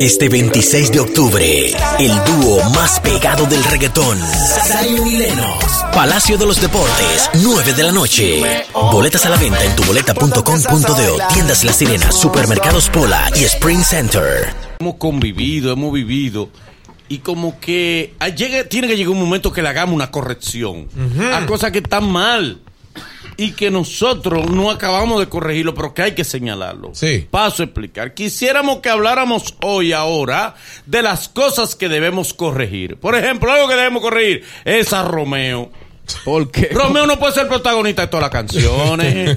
Este 26 de octubre, el dúo más pegado del reggaetón, Zion y Lennox, Palacio de los Deportes, 9 de la noche. Boletas a la venta en tuboleta.com.de, tiendas La Sirena, supermercados Pola y Spring Center. Hemos convivido, hemos vivido. Y como que ah, llega- tiene que llegar un momento que le hagamos una corrección a cosas que están mal y que nosotros no acabamos de corregirlo, pero que hay que señalarlo. Sí. Paso a explicar. Quisiéramos que habláramos hoy, ahora, de las cosas que debemos corregir. Por ejemplo, algo que debemos corregir es a Romeo. Porque Romeo no puede ser protagonista de todas las canciones.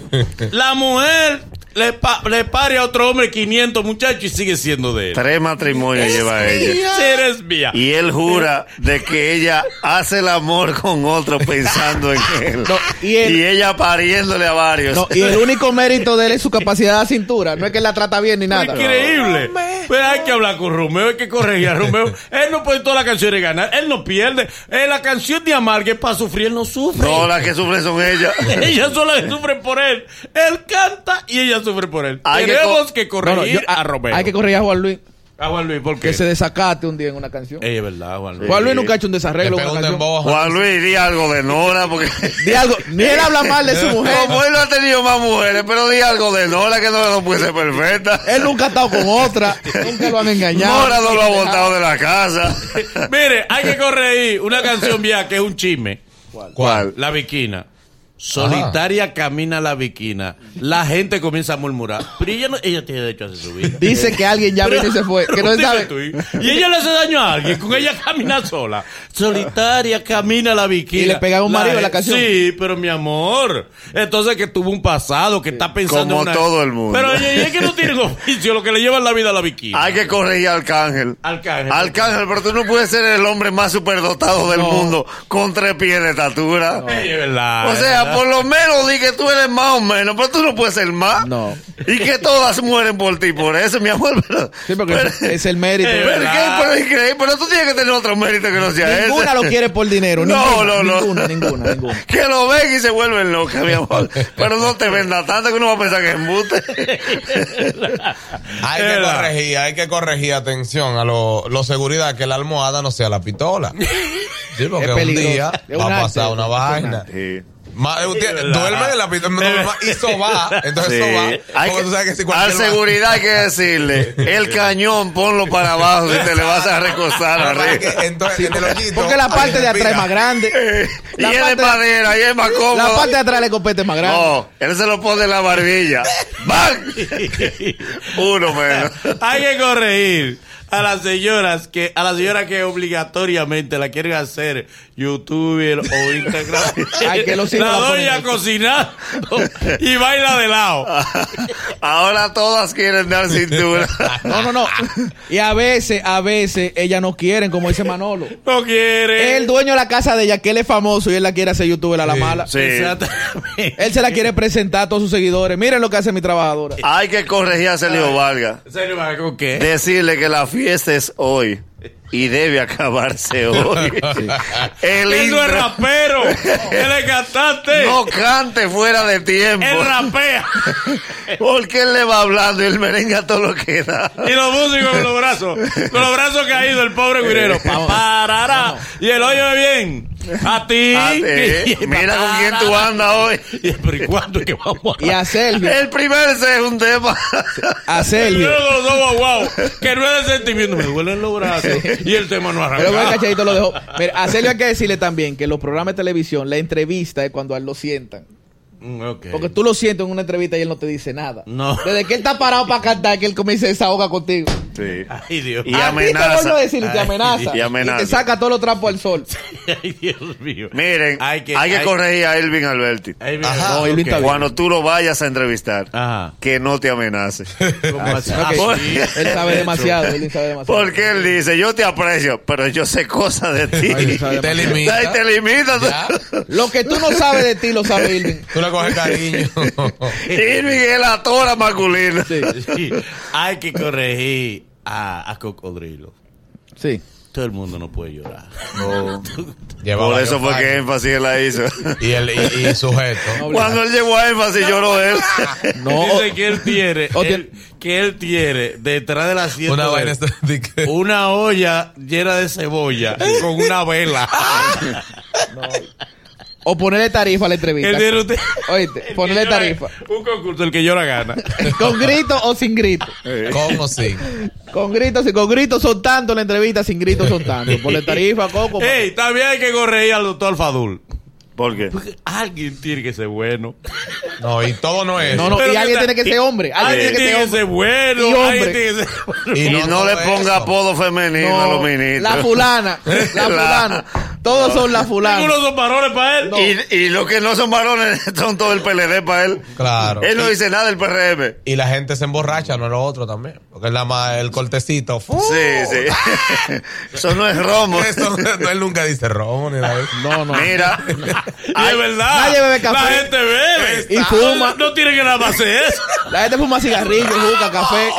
La mujer le, pa- le pare a otro hombre 500 muchachos y sigue siendo de él. Tres matrimonios lleva ella. Sí, eres mía. Y él jura de que ella hace el amor con otro pensando en él. No, y, y él- ella pariéndole a varios. no, y el único mérito de él es su capacidad de cintura. No es que la trata bien ni nada. Increíble. Pero hay que hablar con Romeo, hay que corregir a Romeo. Él no puede todas las canciones ganar, él no pierde. Eh, la canción de amar que es para sufrir, él no sufre. No, las que sufren son ellas. Ella sola sufre por él. Él canta y ella sufre por él. Hay que Tenemos co- que, No, corregir no, yo- a Romeo. Hay que corregir a Juan Luis. a Juan Luis, porque Que se desacate un día en una canción. Eh, Ey, es verdad, Juan Luis. Juan Luis nunca ha hecho un Le desarreglo. en pegó un una canción. dembow a Juan- Juan Luis, di algo de Nora, porque. Di algo. Ni él habla mal de su mujer. Como él no ha tenido más mujeres, pero di algo de Nora, que Nora no puede ser perfecta. Él nunca ha estado con otra. Nunca lo han engañado. Nora no lo ha botado de la casa. Mire, hay que corregir una canción vieja que es un chisme. ¿Cuál? La Viquina. Solitaria camina la Viquina. La gente comienza a murmurar. Pero ella, no- ella tiene derecho a hacer su vida. Dice que alguien ya vino y se fue. Que no Dime sabe. tú, ¿eh? Y ella le hace daño a alguien, con ella camina sola. Solitaria camina la viquina. Y le pegaba un marido a la canción. Sí, pero mi amor. Entonces que tuvo un pasado, que está pensando Como en una- todo el mundo. Pero ella, ella es que no tiene oficio, lo que le lleva la vida a la viquina. Hay que corregir a Arcángel. Arcángel. Arcángel, pero tú no puedes ser el hombre más superdotado del mundo con tres pies de estatura. Ey, es verdad, O Ah, es sea, verdad. por lo menos di que tú eres más o menos, pero tú no puedes ser más. No. Y que todas mueren por ti, por eso, mi amor. Pero, Sí, porque pero- es- es el mérito. pero es que- pero es increíble, pero tú tienes que tener otro mérito que no sea Ninguna ese. lo quiere por dinero. No, ninguna, no, no. Ninguna, ninguna, ninguna. Que lo ven y se vuelven locas, mi amor. Pero no te venda tanto que uno va a pensar que es embuste. Hay que Era. corregir, hay que corregir. Atención a los lo seguridad, que la almohada no sea la pistola. Sí, porque Es un peligroso. día Es va un a arte, pasar una es un vaina. Sí. Ma- eh, usted- verdad. Duerme en la pistola no duerma, y soba. Entonces Sí. soba. Hay Porque que- tú sabes que si al cualquier va- seguridad hay que decirle, el cañón ponlo para abajo si te le vas a recostar Para arriba. que- Entonces, este en el hoyito, Porque la parte de atrás es más grande. Eh, Y La es de parte- madera, y es más cómodo. La parte de atrás le compete es más grande. No, él se lo pone en la barbilla. ¡Bang! Uno menos. Hay que corregir a las señoras que a las señoras que obligatoriamente la quieren hacer youtuber o Instagram. Ay, que los hijos la la ponen doy a aquí. cocinando y baila de lado. Ahora todas quieren dar cintura. No, no, no. Y a veces, a veces, ellas no quieren, como dice Manolo. No quiere. El dueño de la casa de ella, que él es famoso y él la quiere hacer youtuber a la mala. Sí. Exactamente. Él se la quiere presentar a todos sus seguidores. Miren lo que hace mi trabajadora. Hay que corregir a Celio Vargas. ¿En serio, Marco, ¿con qué? Decirle que la fiesta es hoy y debe acabarse hoy. El Él no es intro rapero. Él es cantante. no cante fuera de tiempo. Él rapea. Porque él le va hablando y el merengue a todo lo que da. Y los músicos con los brazos. Con los brazos caídos, el pobre guirero. Paparara. Y el oye bien. A ti. Ah, eh, Mira con quién tú andas hoy. Y pero ¿y cuándo es que vamos Y a Selvio. El primer ese es un tema. A El Selvio. los dos guau, que no es de sentimiento, me duelen los brazos y el tema no Pero bueno, el arranca. cachadito lo dejó. Mira, a Selvio hay que decirle también que los programas de televisión, la entrevista es cuando a él lo sientan. Mm, ok. Porque tú lo sientes en una entrevista y él no te dice nada. No. Desde que él está parado para cantar, que él comienza a desahogar contigo. Sí. Ay, Dios. Y A ti te amenaza. vuelvo a decir, y te Ay, amenaza. y amenaza. te saca todos los trapos al sol. Ay, Dios mío. Miren, hay que, corregir a Elvin Alberti. Ay, mira, Ajá. ok. No, Irving está bien. Cuando tú lo vayas a entrevistar, Ajá. que no te amenace. ¿Cómo así? Ok. Ah, sí. Él sabe demasiado, él sabe demasiado. Porque él dice, yo te aprecio, pero yo sé cosas de ti. Ay, él sabe Te demasiado. limita. Ahí te limitas. Ya. Lo que tú no sabes de ti lo sabe Irving. Tú le coges cariño. Irving es la tora masculina. Sí, Sí. Hay que corregir a, a Cocodrilo. sí. Todo el mundo no puede llorar. Llevaba Por eso fue Leopardo. que énfasis él la hizo. Y el y, y sujeto. Cuando él llegó a énfasis lloró él. No. Dice que él tiene, O él- que él tiene detrás del asiento Una de vaina él, está- de que- Uh, una olla llena de cebolla con una vela. Ah, O ponerle tarifa a la entrevista. Él tiene usted- el Oíste, que ponerle llora- tarifa. Un concurso, el que llora gana. Con grito o sin grito. eh. ¿Cómo sí? Con gritos, con gritos son tanto en la entrevista, sin gritos son tanto. Ponle tarifa, Coco. Ey, también hay que correr al doctor Fadul. ¿Por qué? Alguien tiene que ser bueno. No, y todo no es. No, no, Pero y alguien que- tiene que ser hombre. Alguien Alguien tiene que ser hombre. bueno. Y hombre. alguien tiene que ser bueno. Y no, todo le eso. ponga apodo femenino a los ministros. la fulana, la fulana. Todos son la fulana. Ninguno son varones para él. Y, y los que no son varones son todo el PLD para él. Claro. Él no dice nada del PRM. Y la gente se emborracha, no es lo otro también. Porque es nada más el cortecito. ¡fu! Sí, sí. Eso no es romo. Eso, no, él nunca dice romo ni nada. No, no. Mira, Y es verdad. nadie bebe café. La gente bebe. Y fuma. No, no tiene que nada más hacer eso. La gente fuma cigarrillos, juca, café.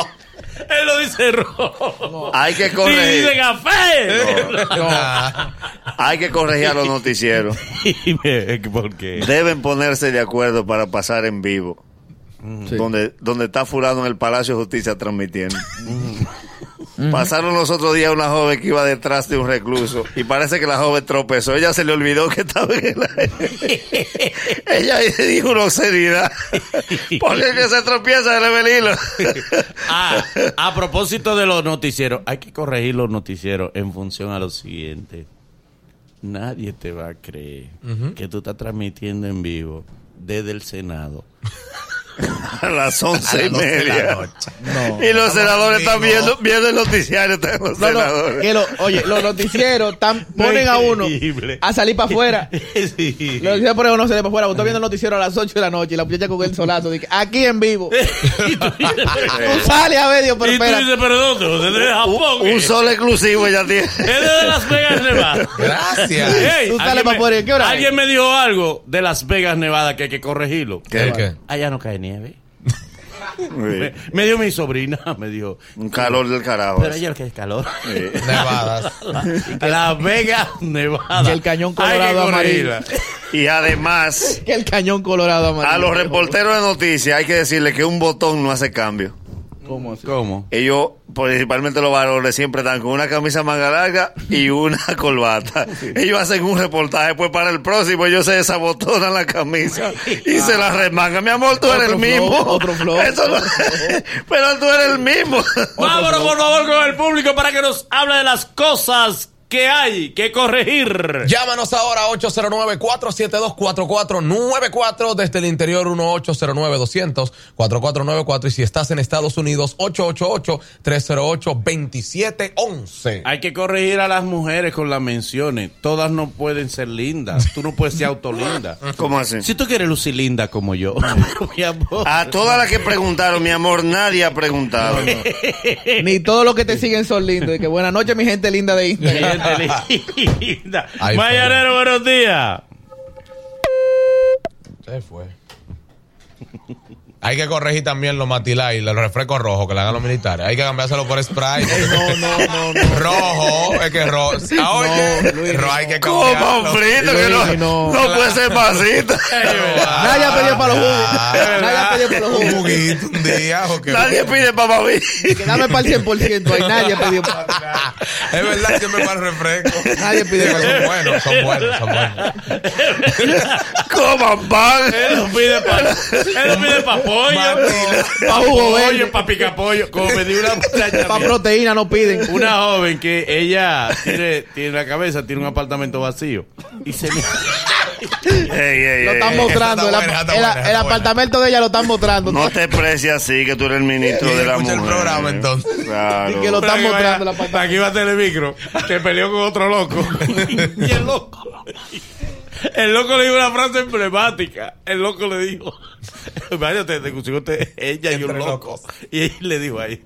Él lo dice rojo. hay que Y dice corregir. café. Nah. Hay que corregir a los noticieros. Dime, ¿Por qué? Deben ponerse de acuerdo para pasar en vivo. Sí. Donde, donde está fulano en el Palacio de Justicia transmitiendo. Pasaron los otros días una joven que iba detrás de un recluso y parece que la joven tropezó. Ella se le olvidó que estaba en el aire. Ella dijo una obscenidad. Porque el que se tropieza se le ve el hilo. Ah, a propósito de los noticieros, hay que corregir los noticieros en función a lo siguiente. Nadie te va a creer que tú estás transmitiendo en vivo desde el Senado. a las once y doce de la media. noche. Y los senadores están contigo. viendo, viendo el noticiario, están los No, no, senadores. que lo- oye, los noticieros tan- ponen a uno Increíble. a salir para afuera. Sí. Los noticieros ponen a uno a salir para afuera. Vos estás viendo el noticiero a las 8 de la noche y la muchacha con el solazo. Dice, aquí en vivo. y tú, Tú sales a ver, Dios, pero y tú espera. dices, pero ¿dónde? Desde Japón. Un eh. sol exclusivo ella tiene. Es de Las Vegas, Nevada. Gracias. Ey, Tú sales alguien pa' me- afuera, ¿qué hora es? Alguien me dijo algo de Las Vegas, Nevada, que hay que corregirlo. ¿El qué? Allá no cae nieve. Me, Sí. me dijo mi sobrina, me dijo, Un calor del carajo. pero allá no cae calor. Pues, Sí. Nevadas. Las Vegas, Nevada. Que el cañón Hay que colorado corregirla. Y además, Que el cañón colorado amarillo. a los reporteros de noticias hay que decirle que un botón no hace cambio. ¿Cómo así? ¿Cómo? Ellos, pues, principalmente los varones, siempre están con una camisa manga larga y una corbata. Ellos hacen un reportaje, pues para el próximo ellos se desabotonan la camisa y se la remangan. Mi amor, tú eres el flow, mismo. otro flow. Eso no- Pero tú eres el mismo. Vámonos, por favor, con el público para que nos hable de las cosas que hay que corregir. Llámanos ahora 809-472-4494 desde el interior 1809-200-4494 y si estás en Estados Unidos 888-308-2711. Hay que corregir a las mujeres con las menciones. Todas no pueden ser lindas. Tú no puedes ser autolinda. ¿Cómo así? Si tú quieres lucir linda como yo, mi amor. A todas las que preguntaron, mi amor, nadie ha preguntado. Ni todos los que te siguen son lindos. Y que buenas noches, mi gente linda de Mi Instagram. gente linda. Ay, Mañanero, buenos días. Se fue. Hay que corregir también los matilay, los refrescos rojos que le hagan los militares. Hay que cambiárselo por spray. No, no, no, no. Rojo, es que rojo. Ah, oye, No, Luis, rojo hay que ¿Cómo, cambiarlo. Frito? Que no, Luis, no. no puede ser pasita. Nadie ha pedido para los jugos. Nadie ha pedido para los Un jugos. juguito un día. o que- Nadie pide papá mí. Que dame para el 100%. Ahí nadie ha pedido para Es verdad, siempre para el refresco. Nadie pide Sí, para Son buenos, son buenos, son buenos. Coman pan. Él lo pide para pide pa pollo. Matilda. Pa' Hugo Verde. pollo, pa' picapollo. Como me dio una muchacha Pa' mía, proteína no piden. Una joven que ella tiene, tiene la cabeza, tiene un apartamento vacío. Y se me... Ey, ey, Lo ey. están mostrando. El, Esa está el- buena, está buena, el está buena. apartamento de ella lo están mostrando. No te precias así que tú eres el ministro Y de la escucha mujer. el programa, entonces. Claro. Y que lo- están Para que vaya- mostrando la pantalla. para que iba a Telemicro, que peleó con otro loco. y el loco. El loco le dijo una frase emblemática. El loco le dijo: Mario, te, te consigo te- ella y un Entre loco. locos. Y él le dijo ahí: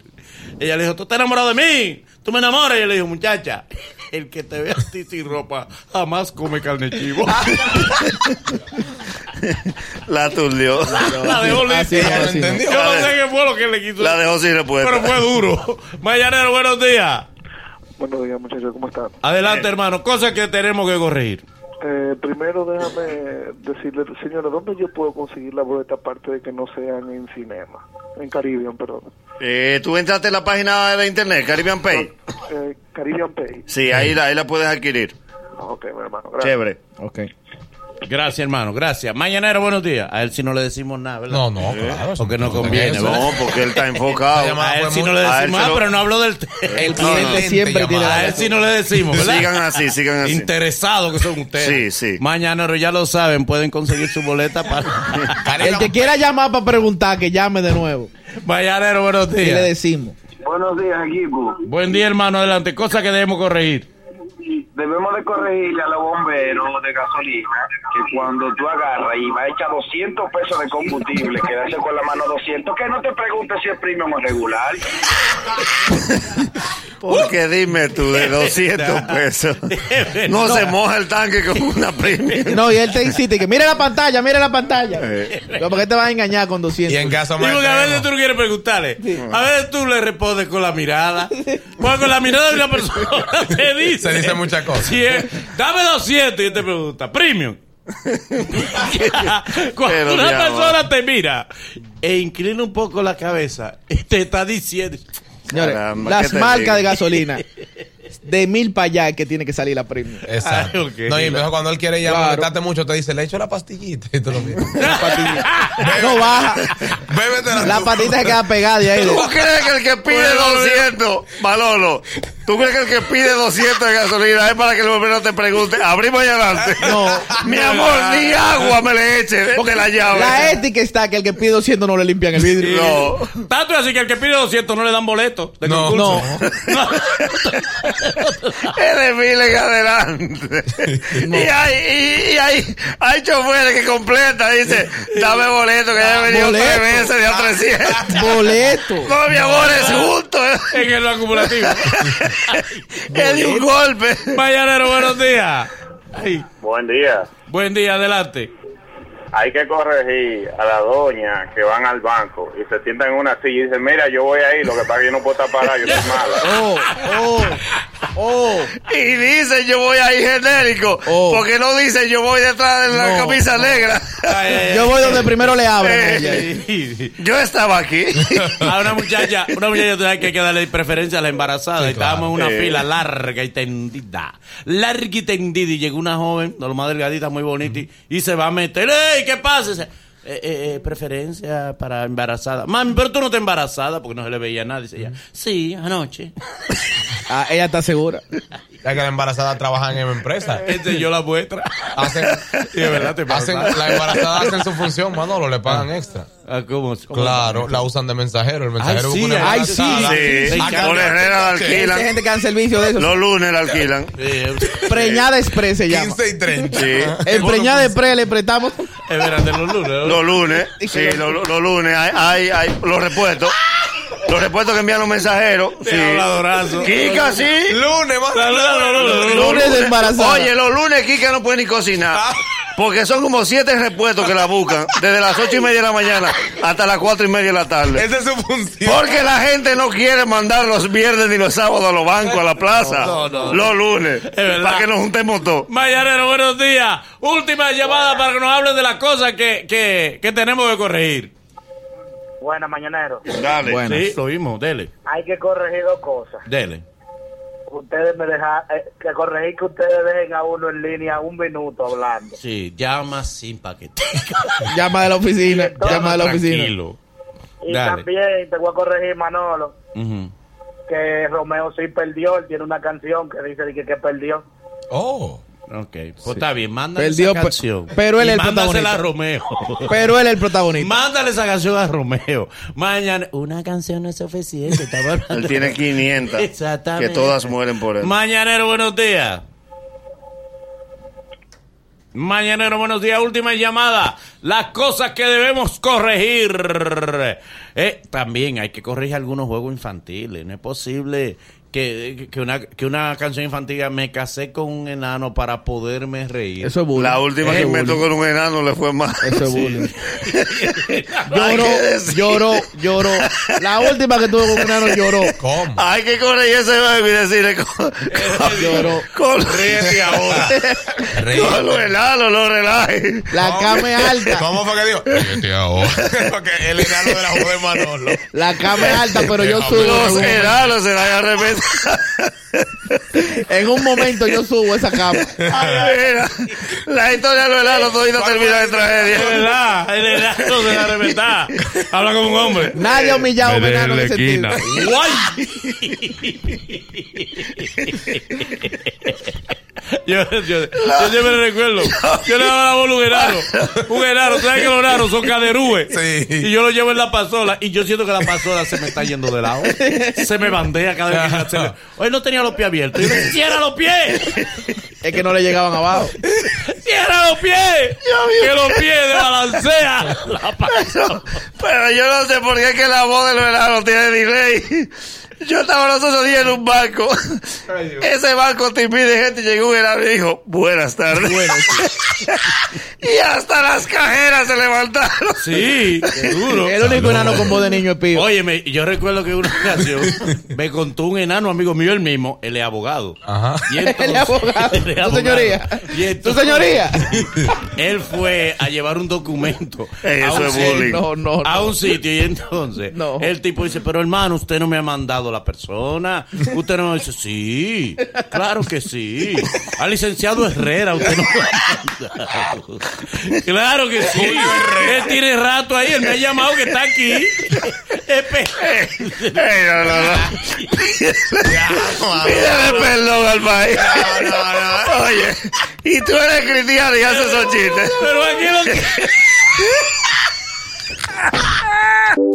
Ella le dijo, tú estás enamorado de mí, tú me enamoras. Y él le dijo, muchacha, el que te ve a ti sin ropa jamás come carne de chivo. Ah, La aturdió. la dejó Así no, lista. así no. entendió. Yo no sé qué fue lo que le quiso. La dejó sin respuesta. Pero fue duro. Mañanero, buenos días. Buenos días, muchachos, ¿cómo están? Eh. Adelante, hermano. Cosas que tenemos que corregir. Eh, primero, déjame decirle, señora, ¿dónde yo puedo conseguir la boleta aparte de que no sean en cinema? En Caribbean, perdón. Eh, ¿Tú entraste en la página de la internet, Caribbean Pay? Eh, Caribbean Pay. Sí, ahí la, ahí la puedes adquirir. Ok, mi hermano, gracias. Chévere. Ok. Gracias, hermano. Gracias. Mañanero, buenos días. A él si no le decimos nada, ¿verdad? No, no, claro. eso Porque no tiene conviene, eso. No, porque él está enfocado. Ah, llamada A él fue si muy- no le a él decimos se nada, lo- pero no habló del... El El cliente no. siempre tiene Llamada. la A él si no le decimos, ¿verdad? Sigan así, sigan así. Interesados que son Sí, ustedes. sí. Mañanero, ya lo saben, pueden conseguir su boleta para... El Caribbean que quiera llamar para preguntar, que llame de nuevo. Mañanero, buenos ¿Qué le días. decimos? Buenos días, equipo. Buen día, hermano. Adelante. Cosas que debemos corregir. Debemos de corregirle a los bomberos de gasolina que cuando tú agarras y vas a echar 200 pesos de combustible, quedarse con la mano 200, que no te preguntes si es premium o regular. Porque dime tú, de 200 pesos. No se moja el tanque con una premium. No, y él te insiste que mire la pantalla, mire la pantalla. Eh, No, porque te vas a engañar con Y 200. en caso más Digo que a veces tú extremo, no quieres preguntarle. A veces tú le respondes con la mirada. Porque con la mirada de una persona te dice. se dice muchas cosas. Si es, dame 200 y él te pregunta, premium. Cuando Pero, una mi amor. persona te mira e inclina un poco la cabeza, te está diciendo. Señores, Caramba, ¿qué las te marcas digo? de gasolina de mil para allá es que tiene que salir la premium. Exacto. Ah, ok. No, y mejor cuando él quiere ya Claro. molestarte mucho, te dice, le echo la pastillita. Y tú lo miras. No baja. Bébetela La tú. patita se queda pegada y ahí. ¿Tú crees que el que pide 200, Malolo, tú crees que el que pide 200 de gasolina es para que el bombero te pregunte, abrimos y adelante? No. Mi amor, ni agua me le eche de, de la llave. La ética está que el que pide 200 no le limpian el vidrio. No. eh, Tanto es así que al que pide 200 no le dan boleto. de No. concurso. Es de miles adelante. Y hay, y, y hay, hay choferes que completa, dice, dame boleto, que ya he venido Ah, Boleto. tres veces, ya 300. Boleto. No, mi amor, es Ah. justo. en el acumulativo. Es de un golpe. Mañanero, buenos días. Ay, Buen día. buen día, adelante. Hay que corregir a la doña que van al banco y se sientan en una silla y dicen, mira, yo voy ahí, lo que pasa es que yo no puedo estar parado, yo soy mala. Oh, oh, oh. Y dice, yo voy ahí genérico. Oh. Porque no dice, yo voy detrás de la No, camisa negra. Ay, ay, ay. Yo voy donde primero le abren. Eh. oye. Yo estaba aquí. A Ah, una muchacha, una muchacha tú sabes que hay que darle preferencia a la embarazada. y estábamos en una fila larga y tendida. Larga y tendida. Y llegó una joven, de lo más delgadita, muy bonita, y- y se va a meter. ¡Ey, qué pasa! Dice, "Eh, eh, eh, preferencia para embarazada. Mami, pero tú no estás embarazada porque no se le veía nada. Dice ella, sí, anoche. Ah, ella está segura. Ya que las embarazadas trabajan en empresas. Este yo la muestra. Hacen, Y de verdad te hacen, pasa. las embarazadas hacen su función, Manolo, le pagan extra. Ah, ¿cómo- cómo? Claro, la usan de mensajero. El Ay, mensajero sí, busca una ay, sí. embarazada. Sí, sí, con sí. Herrera la Hay alquilan. gente que hace servicio de eso. Los lunes la alquilan. Sí, Preñada Express se llama. 15 y 30. Sí. En Preñada Express le prestamos. Es verdad, de los lunes. ¿no? Los lunes. Sí, los, los lunes. Hay, hay, hay los repuestos. Los repuestos que envían los mensajeros. Sí. habladorazo. Kika, sí. Lunes, más Los lunes, los lunes, los lunes. Lunes embarazada. Oye, los lunes Kika no puede ni cocinar. Porque son como siete repuestos que la buscan. Desde las ocho y media de la mañana hasta las cuatro y media de la tarde. Esa es su función. Porque la gente no quiere mandar los viernes ni los sábados a los bancos, a la plaza. No, no, no. Los lunes. verdad. Para que nos juntemos todos. Mayanero, buenos días. Última llamada para que nos hablen de las cosas que, que, que tenemos que corregir. Buena, mañanero. Dale. Bueno. Sí, lo vimos. Dele, Hay que corregir dos cosas. dele. Ustedes me dejan, que corregir que ustedes dejen a uno en línea un minuto hablando. Sí, llama sin paquete. Llama de la oficina. Llama de la oficina. Tranquilo. Y Dale. también te voy a corregir, Manolo, Ujú. que Romeo sí perdió. Él tiene una canción que dice de que, que perdió. Oh. Ok, pues está bien, mándale Perdió, esa pe- canción. pero él Y es el mándasela a protagonista. Romeo. Pero él es el protagonista. Mándale esa canción a Romeo. Mañana, una canción no es suficiente. Estamos Él hablando- tiene 500. Exactamente. Que todas mueren por él. Mañanero, buenos días. Mañanero, buenos días. Última llamada. Las cosas que debemos corregir. Eh, también hay que corregir algunos juegos infantiles. No es posible que, que una, que una canción infantil, me casé con un enano para poderme reír. Eso es bullying. La última Eso que es Eh, inventó bullying. con un enano le fue mal. Eso es bullying. Hay que Lloró, decir- lloró, lloró. La última que tuve con un enano lloró. ¿Cómo? Ah, Hay que corregir ese bebé y decirle. co- co- Lloró. co- Ríete ahora. No lo relajes, lo relajes. La cama es alta. ¿Cómo fue que dijo? Ríete ahora. Porque el enano de la joven de Manolo. La cama es alta, pero yo subo. en Los un momento. enanos se van a arrepentir. En un momento yo subo esa cama. Ay, mira, La historia de los enanos todavía termina de Es tragedia. verdad, el enano de la reventada. Habla como un hombre. Nadie ha humillado a un enano en ese sentido. Yo, yo, yo siempre recuerdo. Yo le daba la bola a un enano. Un enano. ¿Sabes que los enanos son caderúes? Sí. Y yo lo llevo en la pasola. Y yo siento que la pasola se me está yendo de lado. Se me bandea cada vez que se me- Hoy no tenía los pies abiertos. Yo le decía, ¡Cierra los pies! Es que no le llegaban abajo. ¡Cierra los pies! Que los pies de balancea la pasola. Pero yo no sé por qué es que la voz de los enanos tiene delay. Yo estaba los otros días en un banco. Ese banco típico de gente llegó un enano y dijo, buenas tardes. y hasta las cajeras se levantaron. Sí, seguro. El único enano con voz de niño es pío. Óyeme, yo recuerdo que una ocasión me contó un enano amigo mío, el mismo, él es abogado. Ajá. Y Él es abogado. él es Tu Y señoría. Tu entonces- señoría. Él fue a llevar un documento Ey, a, eso un es sitio, bullying. No, no, a no. un sitio y entonces No. el tipo dice, pero hermano, usted no me ha mandado la persona. Usted no me dice, sí, claro que sí. Al licenciado Herrera, usted no me ha mandado. Claro que sí. Él tiene rato ahí, él me ha llamado que está aquí. Espe- Ey, no, no, no. Pídele perdón al país. Oye, y tú eres cristiano y haces esos chistes. Pero aquí lo que...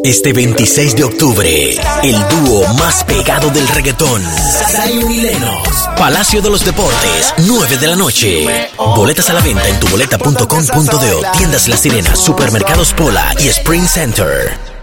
Este 26 de octubre, el dúo más pegado del reggaetón. Zion y Lennox. Palacio de los Deportes, 9 de la noche. Boletas a la venta en tuboleta.com.de, tiendas La Sirena, supermercados Pola y Spring Center.